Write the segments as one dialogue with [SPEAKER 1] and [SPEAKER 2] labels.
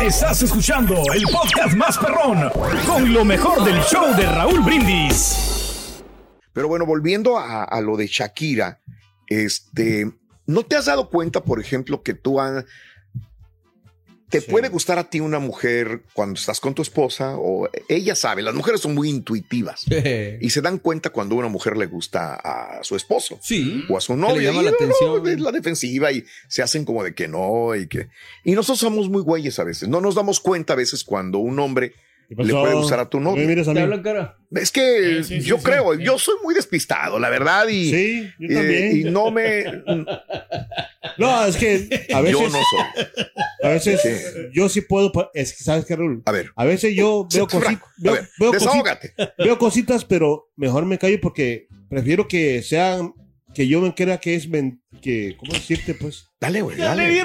[SPEAKER 1] Estás escuchando el podcast más perrón con lo mejor del show de Raúl Brindis.
[SPEAKER 2] Pero bueno, volviendo a, a lo de Shakira, este, ¿no te has dado cuenta, por ejemplo, que tú han- te puede gustar a ti una mujer cuando estás con tu esposa o ella sabe, las mujeres son muy intuitivas y se dan cuenta cuando una mujer le gusta a su esposo
[SPEAKER 3] Sí.
[SPEAKER 2] o a su
[SPEAKER 3] le
[SPEAKER 2] novio.
[SPEAKER 3] llama
[SPEAKER 2] y
[SPEAKER 3] la
[SPEAKER 2] no, no,
[SPEAKER 3] atención.
[SPEAKER 2] es la defensiva y se hacen como de que no y que y nosotros somos muy güeyes a veces. No nos damos cuenta a veces cuando un hombre
[SPEAKER 4] Pues,
[SPEAKER 2] le
[SPEAKER 4] oh,
[SPEAKER 2] puede gustar a tu novio.
[SPEAKER 3] Te hablan cara.
[SPEAKER 2] Es que
[SPEAKER 4] Sí, sí,
[SPEAKER 2] yo
[SPEAKER 4] sí,
[SPEAKER 2] creo,
[SPEAKER 4] sí.
[SPEAKER 2] yo soy muy despistado, la verdad, y,
[SPEAKER 4] Sí, yo
[SPEAKER 2] y-
[SPEAKER 4] también.
[SPEAKER 2] y no me.
[SPEAKER 4] No, es que a
[SPEAKER 2] yo
[SPEAKER 4] veces,
[SPEAKER 2] no soy.
[SPEAKER 4] a veces
[SPEAKER 2] Sí.
[SPEAKER 4] yo sí puedo. pa- Es que, ¿sabes qué, Raúl?
[SPEAKER 2] A ver,
[SPEAKER 4] A veces yo veo, cosi-
[SPEAKER 2] Franco, a
[SPEAKER 4] veo,
[SPEAKER 2] ver,
[SPEAKER 4] veo cosi-
[SPEAKER 2] desahógate.
[SPEAKER 4] veo cositas, pero mejor me callo porque prefiero que sean. Que yo me crea que es. men- que, ¿Cómo decirte, pues?
[SPEAKER 2] Dale, güey. Dale.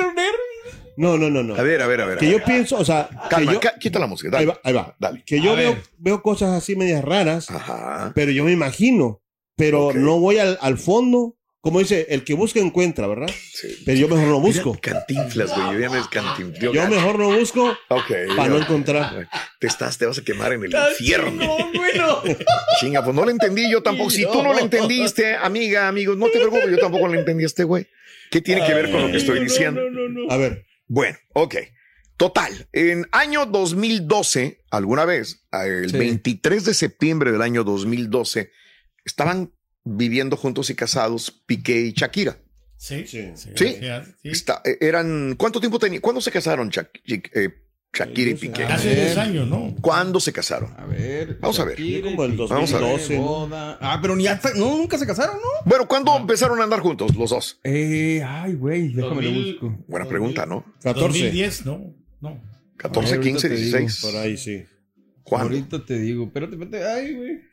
[SPEAKER 4] No, no, no, no.
[SPEAKER 2] A ver, a ver, a ver.
[SPEAKER 4] Que yo pienso, o sea.
[SPEAKER 2] Calma,
[SPEAKER 4] que yo,
[SPEAKER 2] ca- quita la música. Dale.
[SPEAKER 4] ahí va, ahí va.
[SPEAKER 2] dale.
[SPEAKER 4] Que yo
[SPEAKER 3] A
[SPEAKER 4] veo,
[SPEAKER 3] ver.
[SPEAKER 4] veo cosas así medias raras,
[SPEAKER 2] Ajá.
[SPEAKER 4] pero yo me imagino. Pero
[SPEAKER 2] Ah. Ok.
[SPEAKER 4] no voy al, al fondo. Como dice, el que busca encuentra, ¿verdad?
[SPEAKER 2] Sí.
[SPEAKER 4] Pero yo mejor no
[SPEAKER 2] Mira,
[SPEAKER 4] busco.
[SPEAKER 2] Cantinflas, güey. Yo ya me cantinflas.
[SPEAKER 4] Yo mejor no busco para no encontrar.
[SPEAKER 2] Te estás, te vas a quemar en el infierno.
[SPEAKER 3] No, bueno.
[SPEAKER 2] Chinga, pues no lo entendí yo tampoco. Si tú no lo entendiste, amiga, amigos, no te preocupes, yo tampoco lo entendí a este güey. ¿Qué tiene que ver con lo que estoy diciendo?
[SPEAKER 3] No, no, no.
[SPEAKER 4] A ver,
[SPEAKER 2] Bueno, ok. Total, en año 2012, alguna vez, el
[SPEAKER 3] Sí.
[SPEAKER 2] 23 de septiembre del año 2012, estaban viviendo juntos y casados Piqué y Shakira.
[SPEAKER 4] sí, Sí.
[SPEAKER 2] Sí.
[SPEAKER 4] sí.
[SPEAKER 2] Está- eh, eran, ¿Cuánto tiempo tenían? ¿Cuándo se casaron Shak- Shak- eh, Shakira y Piqué?
[SPEAKER 4] A
[SPEAKER 5] Hace
[SPEAKER 4] ver.
[SPEAKER 5] 10 años, ¿no?
[SPEAKER 2] ¿Cuándo se casaron?
[SPEAKER 5] A ver.
[SPEAKER 2] Vamos a ver.
[SPEAKER 5] Shakira,
[SPEAKER 4] Como el
[SPEAKER 5] Piqué,
[SPEAKER 4] 2012, ¿no?
[SPEAKER 5] boda. Ah, pero ni hasta- no, nunca se casaron, ¿no?
[SPEAKER 2] Bueno, ¿cuándo
[SPEAKER 4] Ah.
[SPEAKER 2] empezaron a andar juntos los dos?
[SPEAKER 5] Eh, ay, güey, déjame lo
[SPEAKER 3] 2000.
[SPEAKER 5] busco.
[SPEAKER 2] Buena pregunta, ¿no?
[SPEAKER 4] 14.
[SPEAKER 5] 2010, ¿no? No.
[SPEAKER 2] 14,
[SPEAKER 5] Ahorita
[SPEAKER 2] 15,
[SPEAKER 5] te digo,
[SPEAKER 2] 16.
[SPEAKER 4] Por ahí sí.
[SPEAKER 2] ¿Cuándo?
[SPEAKER 5] Ahorita te digo, espérate, espérate. Ay, güey.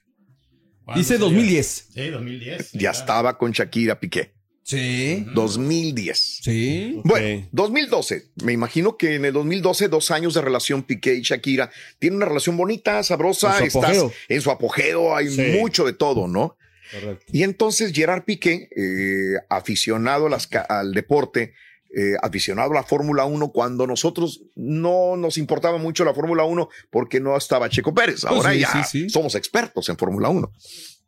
[SPEAKER 3] ¿Cuándo
[SPEAKER 5] Dice
[SPEAKER 3] sería?
[SPEAKER 5] 2010.
[SPEAKER 3] Sí, 2010.
[SPEAKER 2] Ya estaba con Shakira Piqué.
[SPEAKER 4] Mm.
[SPEAKER 5] Sí.
[SPEAKER 2] 2010.
[SPEAKER 5] Sí.
[SPEAKER 2] Bueno, 2012. Me imagino que en el 2012, dos años de relación Piqué y Shakira. Tienen una relación bonita, sabrosa.
[SPEAKER 4] En su
[SPEAKER 2] estás
[SPEAKER 4] apogeo.
[SPEAKER 2] en su apogeo, hay
[SPEAKER 4] Sí.
[SPEAKER 2] mucho de todo, ¿no?
[SPEAKER 4] Correcto.
[SPEAKER 2] Y entonces Gerard Piqué, eh, aficionado a las ca- al deporte, eh, aficionado a la Fórmula 1, cuando nosotros no nos importaba mucho la Fórmula 1 porque no estaba Checo Pérez. Ahora
[SPEAKER 5] Oh, sí,
[SPEAKER 2] ya
[SPEAKER 5] sí, sí.
[SPEAKER 2] somos expertos en Fórmula 1.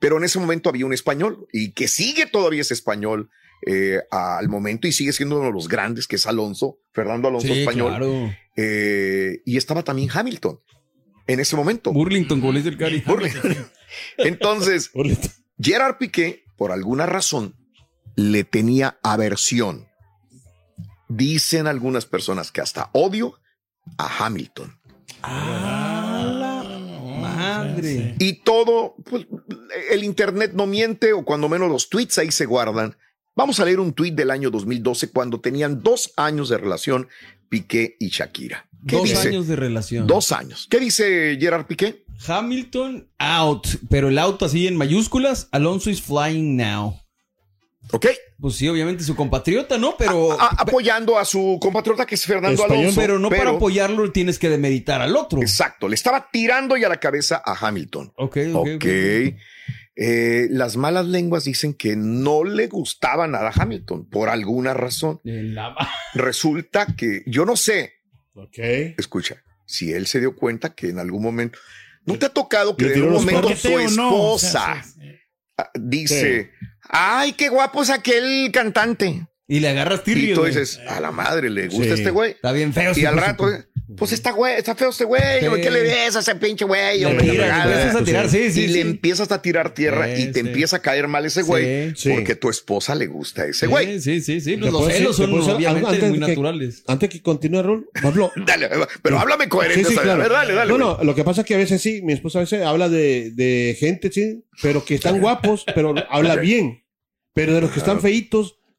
[SPEAKER 2] Pero en ese momento había un español y que sigue todavía ese español eh, al momento y sigue siendo uno de los grandes, que es Alonso, Fernando Alonso
[SPEAKER 5] Sí,
[SPEAKER 2] español.
[SPEAKER 5] claro.
[SPEAKER 2] Eh, y estaba también Hamilton en ese momento.
[SPEAKER 5] Burlington, como le dice el cari.
[SPEAKER 2] Entonces, Gerard Piqué, por alguna razón, le tenía aversión. Dicen algunas personas que hasta odio a Hamilton.
[SPEAKER 5] Ah,
[SPEAKER 4] Ah,
[SPEAKER 5] Madre.
[SPEAKER 2] Y todo, pues, el Internet no miente, o cuando menos los tweets ahí se guardan. Vamos a leer un tweet del año 2012 cuando tenían dos años de relación Piqué y Shakira. ¿Qué
[SPEAKER 5] Dos
[SPEAKER 2] dice?
[SPEAKER 5] años de relación.
[SPEAKER 2] Dos años. ¿Qué dice Gerard Piqué?
[SPEAKER 5] Hamilton out, pero el out así en mayúsculas. Alonso is flying now.
[SPEAKER 2] Ok.
[SPEAKER 5] Pues sí, obviamente su compatriota, ¿no? Pero.
[SPEAKER 2] A- apoyando a su compatriota que es Fernando
[SPEAKER 4] Español,
[SPEAKER 2] Alonso.
[SPEAKER 5] pero no para apoyarlo tienes que demeritar al otro.
[SPEAKER 2] Exacto, le estaba tirando ya la cabeza a Hamilton.
[SPEAKER 5] Ok, ok.
[SPEAKER 2] Ok. Eh, las malas lenguas dicen que no le gustaba nada a Hamilton por alguna razón.
[SPEAKER 5] De la ma-
[SPEAKER 2] Resulta que yo no sé,
[SPEAKER 4] Ok.
[SPEAKER 2] escucha, si él se dio cuenta que en algún momento no te ha tocado que
[SPEAKER 4] Le
[SPEAKER 2] en
[SPEAKER 4] tiró
[SPEAKER 2] un
[SPEAKER 4] los
[SPEAKER 2] momento
[SPEAKER 4] cuernos.
[SPEAKER 2] tu
[SPEAKER 3] Coqueteo, no, o sea,
[SPEAKER 2] esposa
[SPEAKER 3] sí, sí.
[SPEAKER 2] ah, dice, ay, qué guapo es aquel cantante.
[SPEAKER 5] Y le agarras
[SPEAKER 2] Y
[SPEAKER 5] tirrio.
[SPEAKER 2] tú
[SPEAKER 5] güey.
[SPEAKER 3] eh.
[SPEAKER 2] dices, a la madre, le gusta
[SPEAKER 4] Sí.
[SPEAKER 2] este güey.
[SPEAKER 5] Está bien feo.
[SPEAKER 2] Y
[SPEAKER 5] sí,
[SPEAKER 2] al
[SPEAKER 5] pues,
[SPEAKER 2] rato,
[SPEAKER 5] sí.
[SPEAKER 2] eh, pues está, güey, está feo este güey,
[SPEAKER 5] Sí.
[SPEAKER 2] ¿qué le ves a ese pinche güey?
[SPEAKER 5] Le
[SPEAKER 2] Hombre, la
[SPEAKER 5] tiras,
[SPEAKER 2] fregada.
[SPEAKER 5] le empiezas a tirar, sí,
[SPEAKER 2] y
[SPEAKER 5] sí.
[SPEAKER 2] le
[SPEAKER 5] sí.
[SPEAKER 2] empiezas a tirar tierra
[SPEAKER 5] Sí,
[SPEAKER 2] y te
[SPEAKER 5] sí.
[SPEAKER 2] empieza a caer mal ese
[SPEAKER 5] Sí.
[SPEAKER 2] güey
[SPEAKER 4] Sí.
[SPEAKER 2] porque tu esposa le gusta ese
[SPEAKER 5] Sí,
[SPEAKER 2] güey.
[SPEAKER 5] Sí, sí, sí. Pues
[SPEAKER 4] ¿Te
[SPEAKER 5] los
[SPEAKER 4] puedo
[SPEAKER 5] celos
[SPEAKER 4] decir- te
[SPEAKER 5] son
[SPEAKER 4] puedo decir algo
[SPEAKER 5] obviamente
[SPEAKER 4] antes
[SPEAKER 5] muy
[SPEAKER 4] de que-
[SPEAKER 5] naturales.
[SPEAKER 4] Antes que continúe, Rol, Pablo.
[SPEAKER 2] Dale, pero háblame coherente.
[SPEAKER 4] Sí, sí,
[SPEAKER 2] o sea,
[SPEAKER 4] claro.
[SPEAKER 2] dale, dale, dale,
[SPEAKER 4] no,
[SPEAKER 2] güey.
[SPEAKER 4] no, lo que pasa es que a veces sí, mi esposa a veces habla de, de gente, sí, pero que están guapos, pero habla bien. Pero de los que están feitos,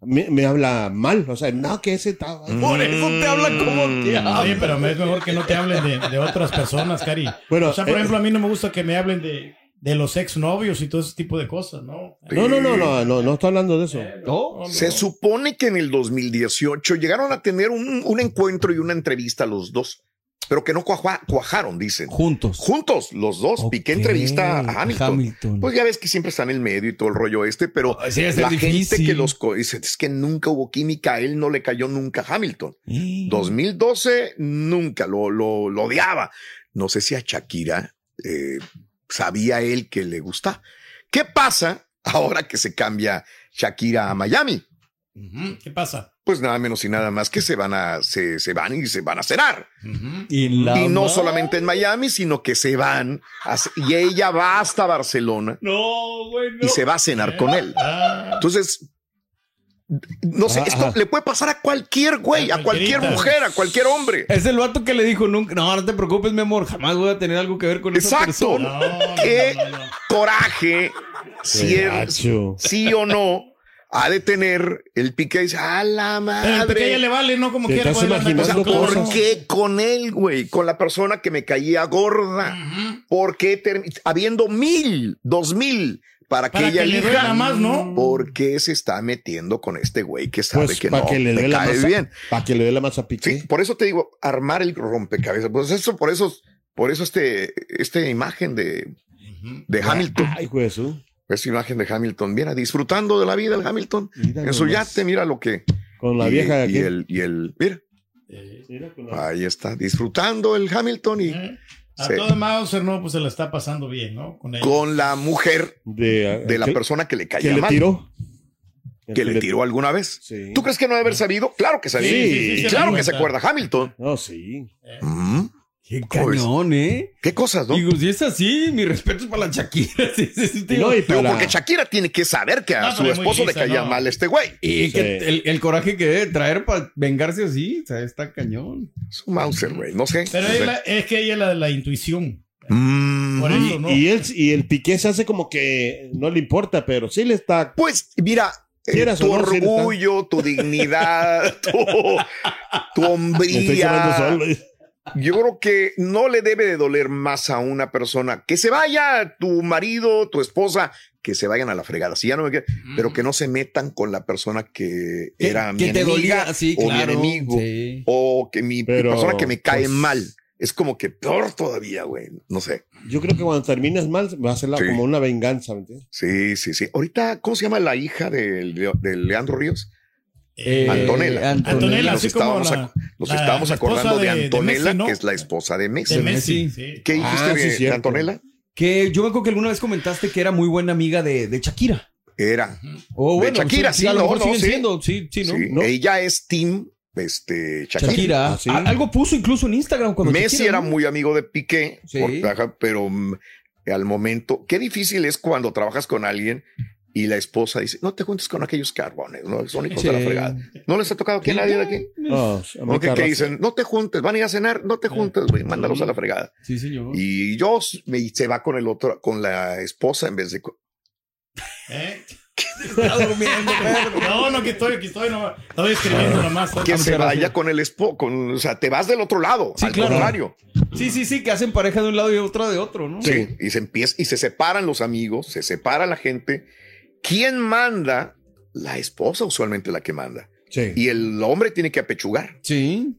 [SPEAKER 4] me, me habla mal. O sea, no, que ese estaba.
[SPEAKER 2] Mm.
[SPEAKER 5] Por eso te habla como te
[SPEAKER 3] Sí,
[SPEAKER 5] habla.
[SPEAKER 3] pero es mejor que no te hablen de, de otras personas, Cari.
[SPEAKER 4] Bueno,
[SPEAKER 3] o sea, por
[SPEAKER 4] eh,
[SPEAKER 3] ejemplo, a mí no me gusta que me hablen de, de los exnovios y todo ese tipo de cosas, ¿no?
[SPEAKER 4] No, no, no, no, no, no estoy hablando de eso.
[SPEAKER 5] No,
[SPEAKER 2] Se supone que en el 2018 llegaron a tener un, un encuentro y una entrevista los dos, pero que no cuaja- cuajaron, dicen.
[SPEAKER 5] Juntos.
[SPEAKER 2] Juntos, los dos. Piqué
[SPEAKER 5] Ok,
[SPEAKER 2] entrevista a Hamilton.
[SPEAKER 5] Hamilton.
[SPEAKER 2] Pues ya ves que siempre está en el medio y todo el rollo este, pero
[SPEAKER 5] Ay, sí, debe ser
[SPEAKER 2] la gente
[SPEAKER 5] difícil.
[SPEAKER 2] que los co- dice, es que nunca hubo química, a él no le cayó nunca a Hamilton.
[SPEAKER 5] Eh.
[SPEAKER 2] 2012 nunca lo, lo, lo odiaba. No sé si a Shakira eh, sabía él que le gusta. ¿Qué pasa ahora que se cambia Shakira a Miami?
[SPEAKER 3] Ujú, ¿Qué pasa?
[SPEAKER 2] Pues nada menos y nada más que se van a, se, se van y se van a cenar.
[SPEAKER 3] Ujú.
[SPEAKER 5] Y, la
[SPEAKER 2] Y no
[SPEAKER 5] ma-
[SPEAKER 2] solamente en Miami, sino que se van a ce- y ella va hasta Barcelona
[SPEAKER 3] No, güey, no.
[SPEAKER 2] y se va a cenar con él.
[SPEAKER 3] Ah,
[SPEAKER 2] Entonces, no sé,
[SPEAKER 4] Ajá,
[SPEAKER 2] esto
[SPEAKER 4] ajá.
[SPEAKER 2] le puede pasar a cualquier güey, a cualquier
[SPEAKER 3] cualquierita.
[SPEAKER 2] mujer, a cualquier hombre.
[SPEAKER 5] Es el vato que le dijo nunca. No, no te preocupes, mi amor. Jamás voy a tener algo que ver con esa
[SPEAKER 2] Exacto.
[SPEAKER 5] persona.
[SPEAKER 3] no, no,
[SPEAKER 2] Qué
[SPEAKER 3] no, no.
[SPEAKER 2] coraje, si
[SPEAKER 4] Qué
[SPEAKER 2] es-
[SPEAKER 3] ah,
[SPEAKER 4] gacho.
[SPEAKER 2] sí o no, ha de tener el pique y dice, a la
[SPEAKER 3] Pero el pequeño
[SPEAKER 2] madre.
[SPEAKER 3] le vale, no como
[SPEAKER 4] Te
[SPEAKER 3] quiera.
[SPEAKER 4] estás
[SPEAKER 3] puede andar
[SPEAKER 2] O sea,
[SPEAKER 4] imaginando
[SPEAKER 3] con-
[SPEAKER 2] ¿por
[SPEAKER 4] cosas.
[SPEAKER 2] qué con él, güey? Con la persona que me caía gorda. ¿Por qué termi- habiendo mil, dos mil para que
[SPEAKER 3] Para
[SPEAKER 2] ella
[SPEAKER 3] que le duela
[SPEAKER 2] elija?
[SPEAKER 3] más, ¿no?
[SPEAKER 2] ¿Por qué se está metiendo con este güey que sabe
[SPEAKER 4] Pues
[SPEAKER 2] que
[SPEAKER 4] para
[SPEAKER 2] no
[SPEAKER 4] que le
[SPEAKER 2] te
[SPEAKER 4] dé la
[SPEAKER 2] cae
[SPEAKER 4] masa.
[SPEAKER 2] bien?
[SPEAKER 4] Para que le dé la masa a Piqué.
[SPEAKER 2] Sí, por eso te digo, armar el rompecabezas. Pues eso, por eso, por eso este, esta imagen de, de Hamilton,
[SPEAKER 4] Ay, güey, eso.
[SPEAKER 2] esta imagen de Hamilton, mira, disfrutando de la vida el Hamilton.
[SPEAKER 4] Mira
[SPEAKER 2] En su
[SPEAKER 4] nomás.
[SPEAKER 2] yate, mira lo que.
[SPEAKER 4] Con Pues. la
[SPEAKER 2] y,
[SPEAKER 4] vieja
[SPEAKER 2] y
[SPEAKER 4] de aquí.
[SPEAKER 2] el, y el, mira,
[SPEAKER 4] Mira, con
[SPEAKER 3] Ah.
[SPEAKER 4] la-
[SPEAKER 2] ahí está, disfrutando el Hamilton y
[SPEAKER 3] Ujú. ¿Eh? A
[SPEAKER 2] Sí.
[SPEAKER 3] todo Mauser, no, pues se la está pasando bien, ¿no? Con él.
[SPEAKER 2] con la mujer
[SPEAKER 4] de,
[SPEAKER 2] de la
[SPEAKER 4] que-
[SPEAKER 2] persona que le
[SPEAKER 4] que
[SPEAKER 2] caía
[SPEAKER 4] le
[SPEAKER 2] mal,
[SPEAKER 4] tiró.
[SPEAKER 2] que le tiró alguna vez.
[SPEAKER 4] Sí.
[SPEAKER 2] ¿Tú crees que no debe haber sabido? Claro que sabía.
[SPEAKER 4] Sí,
[SPEAKER 2] Y
[SPEAKER 4] sí,
[SPEAKER 2] claro
[SPEAKER 3] me
[SPEAKER 2] que se
[SPEAKER 3] cuenta.
[SPEAKER 2] acuerda Hamilton.
[SPEAKER 4] No, sí.
[SPEAKER 2] Mm,
[SPEAKER 5] Qué
[SPEAKER 2] ¿Cómo ves?
[SPEAKER 5] cañón, ¿eh?
[SPEAKER 2] ¿Qué cosas, no?
[SPEAKER 5] Digo, si es así, mi respeto es para la Shakira. Sí, sí, sí,
[SPEAKER 4] Y
[SPEAKER 5] digo,
[SPEAKER 4] no, y
[SPEAKER 2] Digo,
[SPEAKER 4] para-
[SPEAKER 2] porque Shakira tiene que saber que a
[SPEAKER 3] No,
[SPEAKER 2] su
[SPEAKER 3] pero es muy
[SPEAKER 2] esposo le
[SPEAKER 3] lista,
[SPEAKER 2] caía
[SPEAKER 3] no.
[SPEAKER 2] mal este güey.
[SPEAKER 5] Y
[SPEAKER 4] Sí.
[SPEAKER 5] que el, el coraje que debe traer para vengarse así, o sea, está cañón.
[SPEAKER 2] Su Mauser, güey. No sé.
[SPEAKER 3] Pero
[SPEAKER 2] no sé.
[SPEAKER 3] es, la- es que ella es la de la intuición.
[SPEAKER 2] Mm.
[SPEAKER 3] Por eso, ¿no?
[SPEAKER 4] Y, él, y el Piqué se hace como que no le importa, pero sí le está.
[SPEAKER 2] Pues mira, eh,
[SPEAKER 4] Quieras
[SPEAKER 2] tu
[SPEAKER 4] o no, sí, está.
[SPEAKER 2] orgullo, tu dignidad, tu, tu
[SPEAKER 4] Me estoy quedando
[SPEAKER 2] hombría.
[SPEAKER 4] solo.
[SPEAKER 2] Yo creo que no le debe de doler más a una persona que se vaya tu marido, tu esposa, que se vayan a la fregada. Si ya no me quiere- pero que no se metan con la persona que
[SPEAKER 5] Que-
[SPEAKER 2] era mi
[SPEAKER 5] que te
[SPEAKER 2] enemiga
[SPEAKER 5] dolía, sí,
[SPEAKER 2] o mi
[SPEAKER 5] claro,
[SPEAKER 2] enemigo
[SPEAKER 5] sí.
[SPEAKER 2] o que mi
[SPEAKER 4] Pero,
[SPEAKER 2] persona que me cae
[SPEAKER 4] pues,
[SPEAKER 2] mal. Es como que peor todavía, güey. No sé.
[SPEAKER 4] Yo creo que cuando terminas mal, va a ser la-
[SPEAKER 2] Sí.
[SPEAKER 4] como una venganza. ¿me entiendes?
[SPEAKER 2] Sí, sí, sí. Ahorita, ¿cómo se llama la hija del- de, Leandro Ríos?
[SPEAKER 3] Eh,
[SPEAKER 2] Antonella.
[SPEAKER 5] Antonella.
[SPEAKER 3] Antonella,
[SPEAKER 2] Nos
[SPEAKER 3] así como
[SPEAKER 2] estábamos,
[SPEAKER 3] la,
[SPEAKER 2] ac- nos
[SPEAKER 3] la-
[SPEAKER 2] estábamos
[SPEAKER 3] la esposa
[SPEAKER 2] acordando de,
[SPEAKER 3] de- de
[SPEAKER 2] Antonella,
[SPEAKER 3] Messi, ¿no?
[SPEAKER 2] que es la esposa de Messi.
[SPEAKER 3] de Messi.
[SPEAKER 5] Messi.
[SPEAKER 3] sí.
[SPEAKER 2] ¿Qué
[SPEAKER 4] Ah,
[SPEAKER 2] dijiste
[SPEAKER 4] sí,
[SPEAKER 2] de- de,
[SPEAKER 4] cierto.
[SPEAKER 2] Antonella?
[SPEAKER 5] Que yo me acuerdo que alguna vez comentaste que era muy buena amiga de, de Shakira.
[SPEAKER 2] Era.
[SPEAKER 5] O
[SPEAKER 2] De Shakira, sí,
[SPEAKER 5] a lo
[SPEAKER 2] no,
[SPEAKER 5] mejor
[SPEAKER 2] no,
[SPEAKER 5] siguen
[SPEAKER 2] sí.
[SPEAKER 5] siendo, sí, sí, ¿no?
[SPEAKER 2] sí.
[SPEAKER 5] ¿No?
[SPEAKER 2] Ella es Team este, Shakira.
[SPEAKER 5] Shakira.
[SPEAKER 4] Ah, sí.
[SPEAKER 5] A- Algo puso incluso en Instagram cuando
[SPEAKER 2] Messi
[SPEAKER 5] Shakira,
[SPEAKER 2] era
[SPEAKER 5] ¿no?
[SPEAKER 2] muy amigo de Piqué,
[SPEAKER 5] Sí.
[SPEAKER 2] por- ajá, pero mm, al momento, qué difícil es cuando trabajas con alguien y la esposa dice, no te juntes con aquellos carbones, ¿no? son hijos de la
[SPEAKER 5] Sí.
[SPEAKER 2] fregada. ¿No les ha tocado aquí a nadie de aquí?
[SPEAKER 3] Mm.
[SPEAKER 4] No,
[SPEAKER 2] ¿No? Que,
[SPEAKER 4] América
[SPEAKER 2] que
[SPEAKER 4] Raza.
[SPEAKER 2] dicen, no te juntes, van a ir a cenar, no te juntes, güey, mándalos a la fregada.
[SPEAKER 5] Sí, señor.
[SPEAKER 2] Y yo s- me, se va con el otro, con la esposa en vez de. co-
[SPEAKER 3] ¿Eh? No, no, que estoy, que estoy, no, estoy
[SPEAKER 4] Ah,
[SPEAKER 3] escribiendo nomás.
[SPEAKER 2] Que
[SPEAKER 5] Ah, muchas
[SPEAKER 2] se
[SPEAKER 5] gracias.
[SPEAKER 2] vaya con el esposo, con, o sea, te vas del otro lado,
[SPEAKER 5] Sí,
[SPEAKER 2] al
[SPEAKER 5] claro.
[SPEAKER 2] contrario.
[SPEAKER 5] Sí, sí, sí, que hacen pareja de un lado y otra de otro, ¿no?
[SPEAKER 2] Sí. Y se empieza, y se separan los amigos, se separa la gente. ¿Quién manda? La esposa usualmente la que manda.
[SPEAKER 4] Sí.
[SPEAKER 2] Y el hombre tiene que apechugar.
[SPEAKER 5] Sí.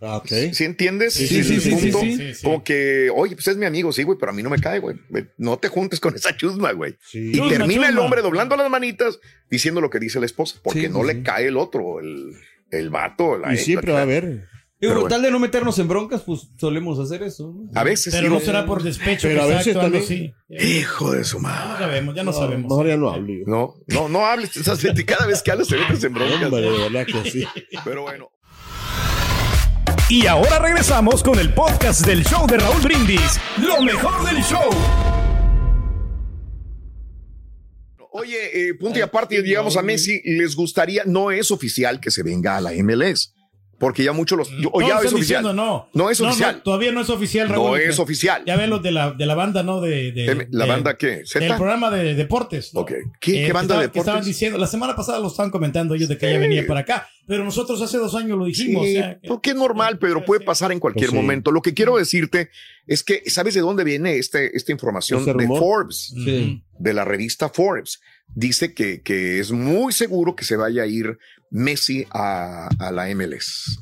[SPEAKER 4] Ah, ok.
[SPEAKER 2] ¿Sí entiendes?
[SPEAKER 4] Sí, sí,
[SPEAKER 2] El
[SPEAKER 4] sí, sí,
[SPEAKER 2] punto,
[SPEAKER 5] sí,
[SPEAKER 3] sí, sí.
[SPEAKER 2] Como que, oye, pues es mi amigo, sí, güey, pero a mí no me cae, güey. No te juntes con esa chusma, güey.
[SPEAKER 4] Sí.
[SPEAKER 2] Y
[SPEAKER 3] Chusma,
[SPEAKER 2] termina el
[SPEAKER 3] chusma.
[SPEAKER 2] hombre doblando las manitas diciendo lo que dice la esposa, porque
[SPEAKER 5] Sí,
[SPEAKER 2] no
[SPEAKER 5] sí,
[SPEAKER 2] le
[SPEAKER 5] sí.
[SPEAKER 2] cae el otro, el, el vato. La, eh,
[SPEAKER 4] Y siempre
[SPEAKER 2] la-
[SPEAKER 4] va a haber.
[SPEAKER 5] Digo,
[SPEAKER 2] Pero bueno. Ah,
[SPEAKER 5] tal de no meternos en broncas, pues solemos hacer eso, ¿no?
[SPEAKER 2] A veces.
[SPEAKER 3] Pero
[SPEAKER 2] sí,
[SPEAKER 3] no
[SPEAKER 2] güey.
[SPEAKER 3] será por despecho,
[SPEAKER 4] Pero
[SPEAKER 3] que
[SPEAKER 4] a
[SPEAKER 3] está
[SPEAKER 4] veces
[SPEAKER 3] actuando
[SPEAKER 4] también-
[SPEAKER 3] así.
[SPEAKER 2] Hijo de su
[SPEAKER 3] Ya no
[SPEAKER 2] madre.
[SPEAKER 3] sabemos, ya no, sabemos.
[SPEAKER 4] Mejor ya no hablo yo.
[SPEAKER 2] No, no, no hables de esas gente. Cada vez que hablas te metes en
[SPEAKER 4] Hombre,
[SPEAKER 2] broncas.
[SPEAKER 4] de verdad que sí.
[SPEAKER 2] Pero bueno.
[SPEAKER 1] Y ahora regresamos con el podcast del show de Raúl Brindis. Lo mejor del show.
[SPEAKER 2] Oye, eh, punto y aparte, llegamos a Messi. ¿Les gustaría? No es oficial que se venga a la MLS. Porque ya muchos los. yo- o ya
[SPEAKER 3] Todos
[SPEAKER 2] es
[SPEAKER 3] están
[SPEAKER 2] oficial.
[SPEAKER 3] diciendo no.
[SPEAKER 2] No es oficial.
[SPEAKER 3] todavía no es oficial, Raúl.
[SPEAKER 2] No es
[SPEAKER 3] Ya-
[SPEAKER 2] oficial. Em,
[SPEAKER 3] Ya ven los de la, de la banda, ¿no? De, de-
[SPEAKER 2] ¿La
[SPEAKER 3] de-
[SPEAKER 2] banda qué? ¿Z?
[SPEAKER 3] Del programa de deportes. ¿no?
[SPEAKER 2] Ok. ¿Qué- qué
[SPEAKER 3] que
[SPEAKER 2] banda de
[SPEAKER 3] estaba- que Estaban
[SPEAKER 2] deportes?
[SPEAKER 3] diciendo, la semana pasada lo estaban comentando ellos de que ella venía para acá, pero nosotros hace dos años lo dijimos.
[SPEAKER 2] Sí,
[SPEAKER 3] o sea, que-
[SPEAKER 2] porque es normal, pero puede pasar en cualquier
[SPEAKER 4] Pues sí.
[SPEAKER 2] momento. Lo que quiero decirte es que, ¿sabes de dónde viene este, esta información de
[SPEAKER 4] Ese rumor.
[SPEAKER 2] Forbes?
[SPEAKER 5] Sí.
[SPEAKER 2] De la revista Forbes. Dice que, que es muy seguro que se vaya a ir Messi a, a la MLS.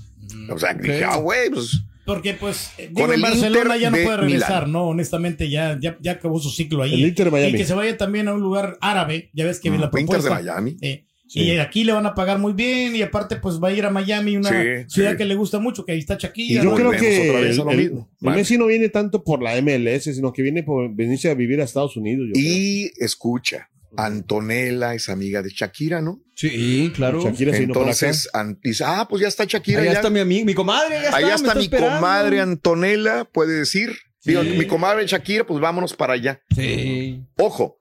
[SPEAKER 2] O sea, dije, ah, güey, pues,
[SPEAKER 3] mm, Porque pues, eh, digo,
[SPEAKER 2] Con el
[SPEAKER 3] en Barcelona
[SPEAKER 2] Inter
[SPEAKER 3] ya no
[SPEAKER 2] de
[SPEAKER 3] puede regresar,
[SPEAKER 2] Milán.
[SPEAKER 3] ¿no? Honestamente, ya, ya, ya acabó su ciclo ahí.
[SPEAKER 4] El Inter Miami.
[SPEAKER 3] Y que se vaya también a un lugar árabe, ya ves que vi la
[SPEAKER 2] Inter de
[SPEAKER 3] propuesta.
[SPEAKER 2] Miami.
[SPEAKER 3] Eh,
[SPEAKER 4] Sí.
[SPEAKER 3] Y aquí le van a pagar muy bien y aparte pues va a ir a Miami, una
[SPEAKER 2] Sí,
[SPEAKER 3] ciudad
[SPEAKER 2] sí.
[SPEAKER 3] que le gusta mucho, que ahí está
[SPEAKER 4] Y
[SPEAKER 3] Shakira.
[SPEAKER 4] yo
[SPEAKER 3] ¿no?
[SPEAKER 4] creo
[SPEAKER 2] Volvemos
[SPEAKER 4] que
[SPEAKER 2] otra vez
[SPEAKER 4] el,
[SPEAKER 2] a lo
[SPEAKER 4] el-
[SPEAKER 2] mismo.
[SPEAKER 4] el Messi no viene tanto por la MLS, sino que viene por venirse a vivir a Estados Unidos. yo
[SPEAKER 2] Y escucha, Antonella es amiga de Shakira, ¿no?
[SPEAKER 5] Sí,
[SPEAKER 4] creo.
[SPEAKER 5] claro.
[SPEAKER 4] Shakira se vino para acá.
[SPEAKER 2] Entonces, an- dice, ah, pues ya está Shakira.
[SPEAKER 5] Allá
[SPEAKER 2] ya-
[SPEAKER 5] está mi amigo, mi comadre. allá
[SPEAKER 2] Allá
[SPEAKER 5] me
[SPEAKER 2] está, mi
[SPEAKER 5] esperando.
[SPEAKER 2] comadre Antonella, puede decir. Digo,
[SPEAKER 5] Sí.
[SPEAKER 2] mi comadre Shakira, pues vámonos para allá.
[SPEAKER 5] Sí.
[SPEAKER 2] Ojo,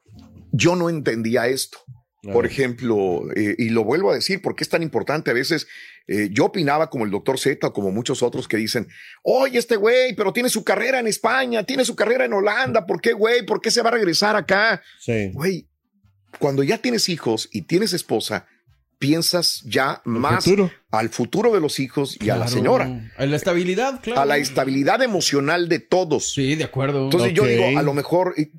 [SPEAKER 2] yo no entendía esto.
[SPEAKER 4] A
[SPEAKER 2] Por
[SPEAKER 4] ver.
[SPEAKER 2] ejemplo, eh, y lo vuelvo a decir porque es tan importante. A veces eh, yo opinaba como el doctor Z, como muchos otros que dicen, oye, este güey, pero tiene su carrera en España, tiene su carrera en Holanda, ¿por qué, güey? ¿Por qué se va a regresar acá?
[SPEAKER 4] Sí.
[SPEAKER 2] Güey, cuando ya tienes hijos y tienes esposa, piensas ya más
[SPEAKER 4] Futuro.
[SPEAKER 2] al futuro de los hijos y a la
[SPEAKER 5] Claro.
[SPEAKER 2] señora,
[SPEAKER 5] A la estabilidad, claro.
[SPEAKER 2] a la estabilidad emocional de todos.
[SPEAKER 5] Sí, de acuerdo.
[SPEAKER 2] Entonces
[SPEAKER 4] Ok.
[SPEAKER 2] yo digo, a lo mejor, eh,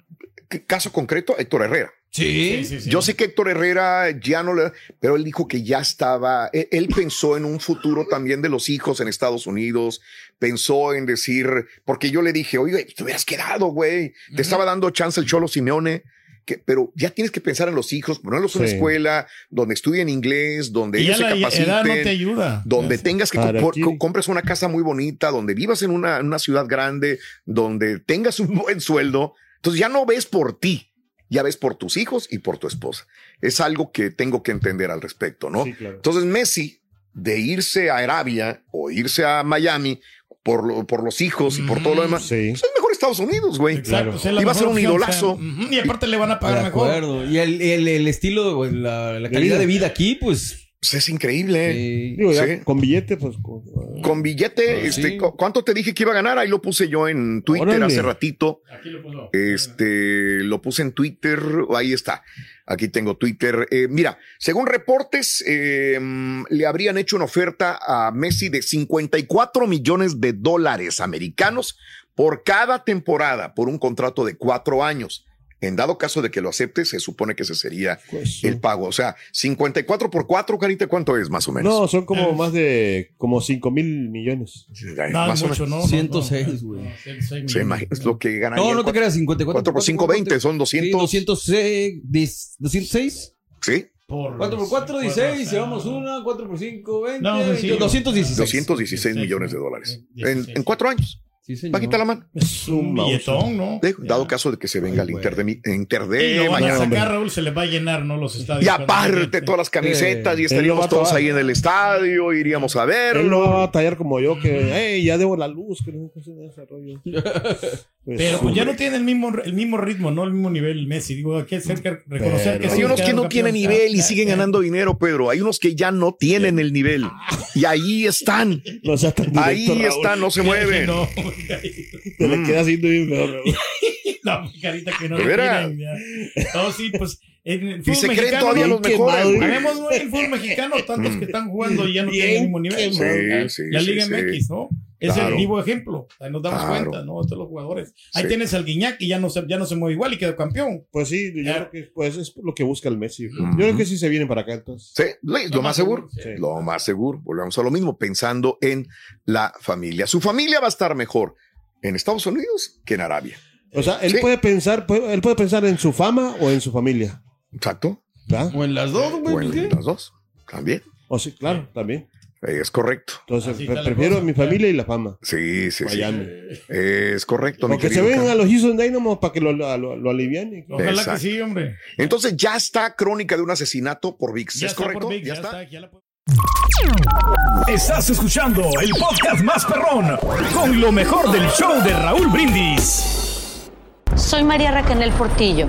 [SPEAKER 2] c- caso concreto, Héctor Herrera.
[SPEAKER 5] sí.
[SPEAKER 3] Sí, sí.
[SPEAKER 2] Yo sé que Héctor Herrera ya no le, pero él dijo que ya estaba, e- él, pensó en un futuro también de los hijos en Estados Unidos, pensó en decir, porque yo le dije, oye, te hubieras quedado, güey, te estaba dando chance el Cholo Simeone. Que, pero ya tienes que pensar en los hijos, ponerlos en una
[SPEAKER 4] Sí.
[SPEAKER 2] escuela donde estudien inglés, donde
[SPEAKER 3] Y ya
[SPEAKER 2] ellos
[SPEAKER 3] la e-,
[SPEAKER 2] se
[SPEAKER 3] edad no te
[SPEAKER 2] capaciten,
[SPEAKER 3] ayuda.
[SPEAKER 2] donde tengas que
[SPEAKER 4] Para
[SPEAKER 2] compor-
[SPEAKER 4] aquí.
[SPEAKER 2] co- compres una casa muy bonita, donde vivas en una, en una ciudad grande, donde tengas un buen sueldo. Entonces ya no ves por ti, ya ves por tus hijos y por tu esposa. Es algo que tengo que entender al respecto, ¿no?
[SPEAKER 4] Sí, claro.
[SPEAKER 2] Entonces Messi, de irse a Arabia o irse a Miami por, lo- por los hijos y por todo lo demás,
[SPEAKER 4] Mm, Sí.
[SPEAKER 2] pues es mejor Estados Unidos, güey.
[SPEAKER 3] Exacto,
[SPEAKER 4] Claro.
[SPEAKER 3] o sea, la
[SPEAKER 2] Iba a ser un
[SPEAKER 3] mejor opción, o sea,
[SPEAKER 2] idolazo.
[SPEAKER 3] ujú, y aparte le van a
[SPEAKER 5] De
[SPEAKER 3] pagar mejor.
[SPEAKER 5] acuerdo. Y el, el, el estilo, o la, la
[SPEAKER 4] De
[SPEAKER 5] calidad
[SPEAKER 4] vida.
[SPEAKER 5] de vida aquí, pues.
[SPEAKER 2] Pues es increíble.
[SPEAKER 5] eh,
[SPEAKER 4] Digo, ya
[SPEAKER 2] Sí.
[SPEAKER 4] con billete, pues. con-
[SPEAKER 2] Con billete,
[SPEAKER 5] Ah,
[SPEAKER 2] este,
[SPEAKER 5] sí.
[SPEAKER 2] cu- ¿cuánto te dije que iba a ganar? Ahí lo puse yo en Twitter
[SPEAKER 4] Órale.
[SPEAKER 2] hace ratito.
[SPEAKER 3] Aquí lo puso.
[SPEAKER 2] Este, lo puse en Twitter, ahí está. Aquí tengo Twitter. Eh, mira, según reportes, eh, mm, le habrían hecho una oferta a Messi de 54 millones de dólares americanos por cada temporada, por un contrato de cuatro años. En dado caso de que lo acepte, se supone que ese sería
[SPEAKER 4] pues,
[SPEAKER 2] el pago. O sea, 54 por 4, Carita, ¿cuánto es más o menos?
[SPEAKER 4] no, son como más de como 5 mil millones.
[SPEAKER 2] Eh,
[SPEAKER 3] No,
[SPEAKER 2] más
[SPEAKER 3] es
[SPEAKER 2] o menos.
[SPEAKER 3] mucho, no, no.
[SPEAKER 5] 106, güey.
[SPEAKER 3] No, 106
[SPEAKER 2] Se
[SPEAKER 3] millones.
[SPEAKER 2] imagina- es lo que ganaría.
[SPEAKER 5] No, no te
[SPEAKER 2] cuatro-
[SPEAKER 5] creas, 54.
[SPEAKER 2] cuatro por cinco, 20, son 200.
[SPEAKER 5] 200 eh, 10, 206.
[SPEAKER 2] Sí,
[SPEAKER 3] Por
[SPEAKER 5] 4 por 4,
[SPEAKER 3] por
[SPEAKER 5] 16.
[SPEAKER 3] razón.
[SPEAKER 5] Llevamos una. 4 por 5, 20.
[SPEAKER 3] No, pues sí, sí.
[SPEAKER 5] 216.
[SPEAKER 2] 216 millones de dólares. En, en cuatro años.
[SPEAKER 5] Sí, señor.
[SPEAKER 2] Bajita la mano.
[SPEAKER 3] Es un billetón, ¿no?
[SPEAKER 2] Digo, Dado
[SPEAKER 3] Ya.
[SPEAKER 2] caso de que se venga el
[SPEAKER 5] güey.
[SPEAKER 2] Inter de, mi- Inter de
[SPEAKER 3] Y lo van a
[SPEAKER 2] mañana.
[SPEAKER 3] sacar, Raúl, se les va a llenar, ¿no? Los estadios.
[SPEAKER 2] Y
[SPEAKER 3] cuando-
[SPEAKER 2] aparte, todas las camisetas,
[SPEAKER 5] Eh,
[SPEAKER 2] y estaríamos
[SPEAKER 4] él lo va a
[SPEAKER 2] todos
[SPEAKER 4] pagar.
[SPEAKER 2] ahí en el estadio, iríamos a
[SPEAKER 4] Él no
[SPEAKER 2] verlo.
[SPEAKER 4] va a batallar como yo, que "Ey, ya debo la luz, que no sé qué es ese rollo". Pues,
[SPEAKER 3] Pero pues ya
[SPEAKER 4] hombre.
[SPEAKER 3] no tiene el mismo, el mismo ritmo, ¿no? El mismo nivel Messi. Digo, hay que ser que reconocer
[SPEAKER 4] Pero-
[SPEAKER 3] que
[SPEAKER 2] Hay
[SPEAKER 3] sí,
[SPEAKER 2] unos que
[SPEAKER 3] quedaron
[SPEAKER 2] no tienen
[SPEAKER 3] campeones.
[SPEAKER 2] nivel y siguen ganando dinero, Pedro. Hay unos que ya no tienen el nivel. Y ahí están.
[SPEAKER 4] No seas tan directo,
[SPEAKER 2] Ahí Mm.
[SPEAKER 4] Raúl.
[SPEAKER 2] están, no se mueven.
[SPEAKER 3] No,
[SPEAKER 4] Te le quedas haciendo bien feo, Raúl.
[SPEAKER 3] no, carita que no
[SPEAKER 2] ¿De
[SPEAKER 3] lo
[SPEAKER 2] veras?
[SPEAKER 3] tienen, ya. No, sí, pues. En el
[SPEAKER 2] Y
[SPEAKER 3] fútbol
[SPEAKER 2] se creen
[SPEAKER 3] mexicano,
[SPEAKER 2] todavía
[SPEAKER 3] bien
[SPEAKER 2] los
[SPEAKER 4] quemado,
[SPEAKER 2] mejores. güey.
[SPEAKER 3] Habemos ¿no? el fútbol mexicano, tantos que están jugando y ya no
[SPEAKER 4] Bien
[SPEAKER 3] tienen el mismo nivel.
[SPEAKER 2] Sí,
[SPEAKER 3] ¿no?
[SPEAKER 2] sí,
[SPEAKER 3] la
[SPEAKER 2] sí,
[SPEAKER 3] Liga
[SPEAKER 2] sí.
[SPEAKER 3] MX, ¿no? Es
[SPEAKER 2] Claro.
[SPEAKER 3] el vivo ejemplo. Ahí nos damos
[SPEAKER 2] Claro.
[SPEAKER 3] cuenta, ¿no? Estos los jugadores. Ahí
[SPEAKER 2] Sí.
[SPEAKER 3] tienes al Guiñac y ya no, se, ya no se mueve igual y quedó campeón.
[SPEAKER 4] Pues sí, yo
[SPEAKER 3] Ya.
[SPEAKER 4] creo que pues, es lo que busca el Messi. Yo
[SPEAKER 2] Ujú.
[SPEAKER 4] creo que sí se vienen para acá entonces.
[SPEAKER 2] Sí, lo, lo más seguro.
[SPEAKER 3] sí.
[SPEAKER 2] Lo más seguro. Volvemos a lo mismo, pensando en la familia. Su familia va a estar mejor en Estados Unidos que en Arabia.
[SPEAKER 4] O sea, él
[SPEAKER 2] Sí.
[SPEAKER 4] puede pensar, puede- él puede pensar en su fama o en su familia.
[SPEAKER 2] Exacto.
[SPEAKER 4] ¿verdad?
[SPEAKER 5] O en las dos, güey.
[SPEAKER 2] O en
[SPEAKER 5] ¿qué?
[SPEAKER 2] las dos. También.
[SPEAKER 4] O sí, claro, también.
[SPEAKER 2] Es correcto.
[SPEAKER 4] Entonces,
[SPEAKER 3] Así
[SPEAKER 4] pre-
[SPEAKER 3] está la
[SPEAKER 4] prefiero
[SPEAKER 3] cosa.
[SPEAKER 4] mi familia y la fama.
[SPEAKER 2] Sí, sí, sí.
[SPEAKER 4] Miami.
[SPEAKER 2] Es correcto, mi
[SPEAKER 4] O que se
[SPEAKER 2] querido
[SPEAKER 4] vengan
[SPEAKER 2] Carlos.
[SPEAKER 4] a los Houston Dynamo para que lo, lo, lo- lo alivianen.
[SPEAKER 3] Ojalá
[SPEAKER 2] Exacto.
[SPEAKER 3] que sí, hombre.
[SPEAKER 2] Entonces ya está crónica de un asesinato por VIX.
[SPEAKER 3] Ya
[SPEAKER 2] ¿Es
[SPEAKER 3] está por
[SPEAKER 2] correcto?
[SPEAKER 3] Vic,
[SPEAKER 2] ya, está.
[SPEAKER 3] ya la-
[SPEAKER 1] Estás escuchando el podcast más perrón con lo mejor del show de Raúl Brindis.
[SPEAKER 6] Soy María Raquel Portillo